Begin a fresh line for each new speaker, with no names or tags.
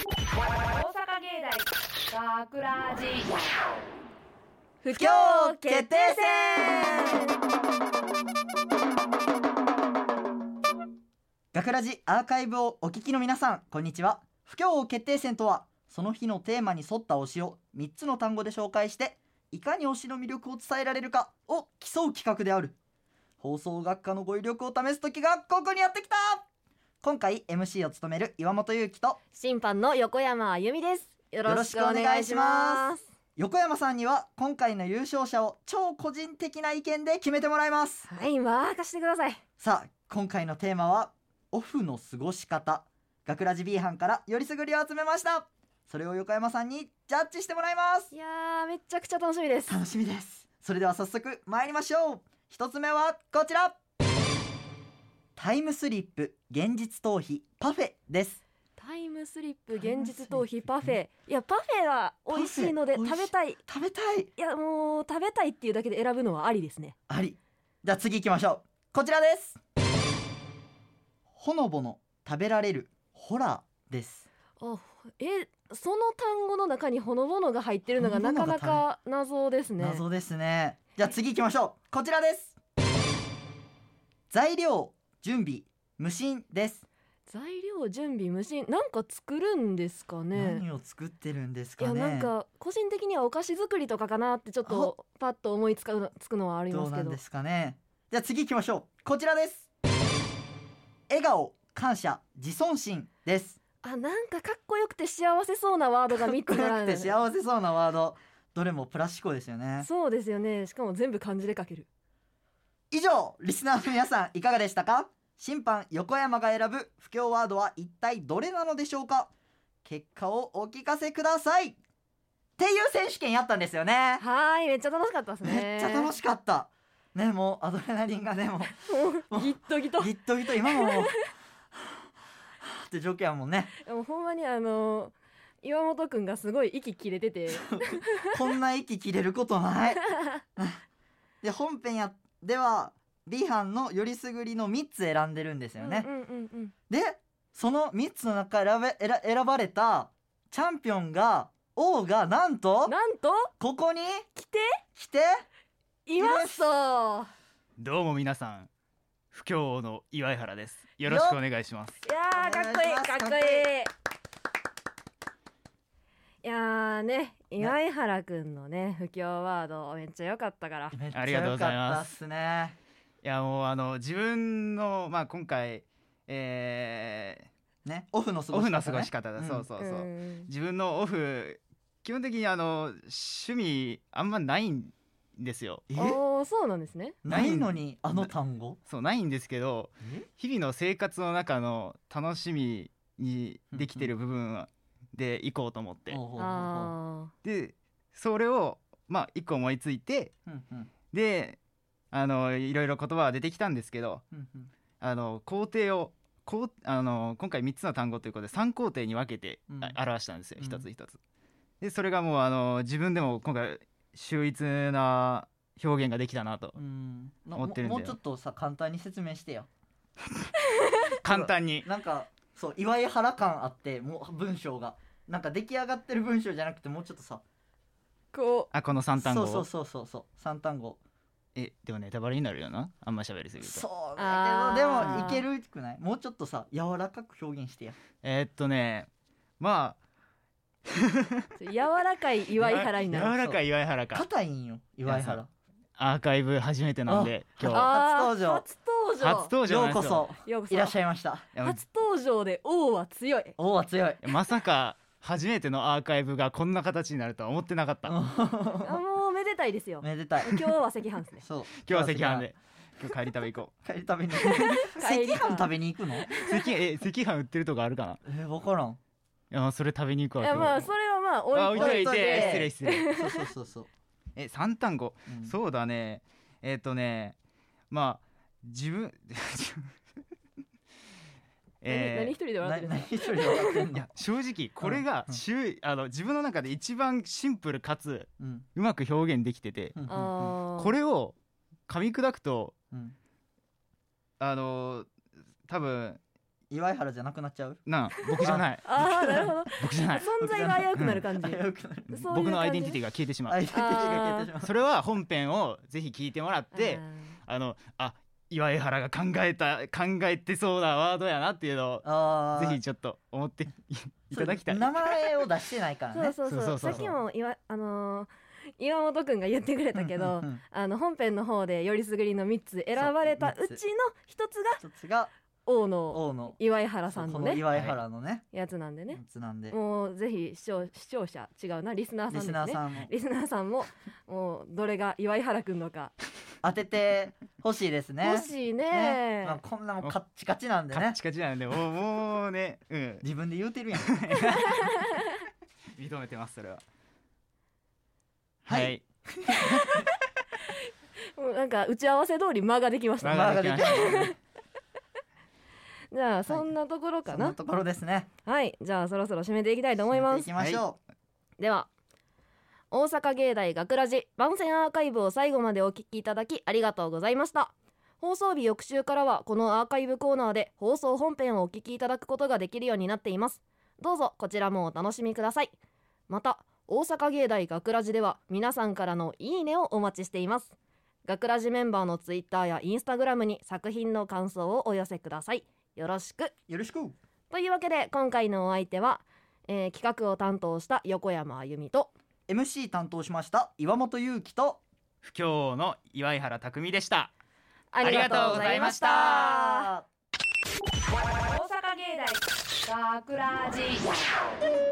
大阪芸大学ラジ
不況決定戦
学ラジアーカイブをお聞きの皆さんこんにちは不況王決定戦とはその日のテーマに沿った推しを3つの単語で紹介していかに推しの魅力を伝えられるかを競う企画である放送学科の語彙力を試す時がここにやってきた今回 MC を務める岩本裕樹と
審判の横山あゆみですよろしくお願いします
横山さんには今回の優勝者を超個人的な意見で決めてもらいます
はい任してください
さあ今回のテーマはオフの過ごし方学ラジ B 班からよりすぐりを集めましたそれを横山さんにジャッジしてもらいます
いやーめちゃくちゃ楽しみです
楽しみですそれでは早速参りましょう一つ目はこちらタイムスリップ現実逃避パフェです
タイムスリップ
タイ
現
ムスリ
実
ップ
逃避パフェいやパフェは美味しいので
パフェ
食べたいい
食べたい
やもう食べたいっていうだけで選ぶのはありですね
ありじゃあ次行きましょうこちらですほのぼの食べられるホラーです
あえその単語の中にほのぼのが入ってるのがなかなか謎ですね
謎ですねじゃあ次行きましょうこちらです材料準備無心です、
材料準備無心なんか作るんですかね
何を作ってるんです
い
か
や
ね
なんか個人的にはお菓子作りとかかなってちょっとパッと思いつかうつくのはありま
どう
す
な
け
ん
ど
ですかねじゃあ次行きましょうこちらです笑顔感謝自尊心です
あなんかかっこよくて幸せそうなワードが3つ
暗
並ん で
くて
る
幸せそうなワードどれもプラス思考ですよね
そうですよねしかも全部漢字で書ける
以上リスナーの皆さんいかがでしたか審判横山が選ぶ不況ワードは一体どれなのでしょうか結果をお聞かせくださいっていう選手権やったんですよね
はーいめっちゃ楽しかったですね
めっちゃ楽
し
しかったねもうアドレナリン がねももう
ギットギト
うギットギット今ももうはぁはぁはぁって状況やもんね
もうほんまにあの岩本くんがすごい息切れて て
こんな息切れることないで本編やでは B 班のよりすぐりの3つ選んでるんですよね、
うんうんうんうん
でその3つの中選べ選選ばれたチャンピオンが王がなんと
なんと
ここに
来て
来て
いますと
どうも皆さん不況王の岩井原ですよろしくお願いします
いやーかっこいい
お願いし
か
ます
っこいいいやーね岩井原くんのね不況ワードめっちゃ良かったから
めっち
あ
ゃ
りがとう
良
ござい
かった
ま
っ
す
すね
いやもうあの自分のまあ今回え
ねオフの過ご
ーオ
し方、ね、
フの過ごし方だ、
うん
そうそうそう、
ん
自分のオフ基本的にあの趣味あんまないんですよ
え
おーそうなんですね
ないのにあの単語
そうないんですけど
え
日々の生活の中の楽しみにできてる部分で行こうと思って
ほうほうほうほ
あ
でそれをまあ一個思いついて
ううんうん
であのいろいろ言葉は出てきたんですけど
うんうん
あの工程をこうあの今回3つの単語ということで3工程に分けて
うん
あ表したんですよ、
うん
一つ一つ。でそれがもうあの自分でも今回秀逸な表現ができた なと
うんなも
持ってるんだよ
もうちょっとさ簡単に説明してよ
簡単に
なんかそう岩井原感あってもう文章がなんか出来上がってる文章じゃなくてもうちょっとさ
ーこ
あこの3単語
そ
を
うそうそうそうそう三単語
えでもネタバレになるよなあんま喋りすぎると。
そう
あー
だけどでもいけるくないもうちょっとさ柔らかく表現してや
えーっとねまあ
う柔らかい岩井原になる
柔らかい岩井原か
硬いんよ岩井原
アーカイブ初めてなんで
あ
今日
あー
初登場
初登場
初登場
よ
なん
う
で
こ
すよ
そ
ようこそ
いらっしゃいました
いやもう
初登場で王は強い
王は強い
まさか初めてのアーカイブがこんな形になるとは思ってなかった今
あもうめでたいですよ
めでたい
今日は赤飯です ね
そう
日は赤飯で今日帰り食べ行こ
帰り 食べに
り食べ
赤飯食べに行くの
う赤え赤飯売ってるとこあるか
え分からん
ないやそれ食べに行
い
くわ
やまあ
今
それはまあ
日あ
置
置
い
い
と
と
い
い
て
て失礼失礼
そうそうそうそう
え三単語、
うん
そうだねえっ、とねまあ自分
何何一人で笑っ
な
てるんで
何
すか
一人で笑ってん
い
の
や正直これが、
うん
しゅあの自分の中で一番シンプルかつ
うん
うまく表現できてて、
うんうんうん
あー
これを噛み砕くと
うん
あのー多分
岩井原じゃなくなっちゃう
なあ僕じゃない
ああなるほど
僕じゃ ない
存在が危うくなる感じ
危うく
そうい
なる
う感じ
僕のアイデンティティが消えてしまう、
相手手が消えてしまう
それは本編をぜひ聞いてもらってあのあ岩井原が考えた考えてそうなワードやなっていうの
あ
を
ー
ぜひちょっと思って いいただきたい
そう名前を出してないか
あ
ら
ー
ね
そうそう
そ
そうう
そうそうそう
さっきも岩あのー岩本くんが言ってくれたけど、
うんうんうん
あの本編の方でよりすぐりの3つ選ばれたうちの一つが
一つが
王の
王の
岩井原さんの
そうこの
ね
岩井原のね
やつなんで
や
ね
つなんで
もうぜひ視聴視聴者違うなリスナーさ
リ
ん
ス
で
ナ
すね
ーさんも
リスナーさんももうどれが岩井原くんのか
当ててほしいですね
欲しいね
ねまあこんなもんカッチカチなんで
カ
ね
ッチカチなん でもうもうねうん
自分で言うてるやん
認めてますそれは
はい
はい
もうなんか打ち合わせ通り間ができました
間ができました
じゃあそんなところか
そん
な
なところですね
はい、じゃあそろそろ締めていきたいと思いま
行
す
きましょ
では大阪芸大学ラジ番宣アーカイブを最後までお聞きいただきありがとうございました放送日翌週からはこのアーカイブコーナーで放送本編をお聞きいただくことができるようになっていますどうぞこちらもお楽しみくださいまた大阪芸大学ラジでは皆さんからのいいねをお待ちしています学ラジメンバーのツイッターやインスタグラムに作品の感想をお寄せくださいよろしく
うよろしく
というわけで今回のお相手は、えー企画を担当した横山あゆみと
MC 担当しました岩本裕樹と
不況の岩井原匠でした
あ
りがとうございました
大阪芸大学ラジ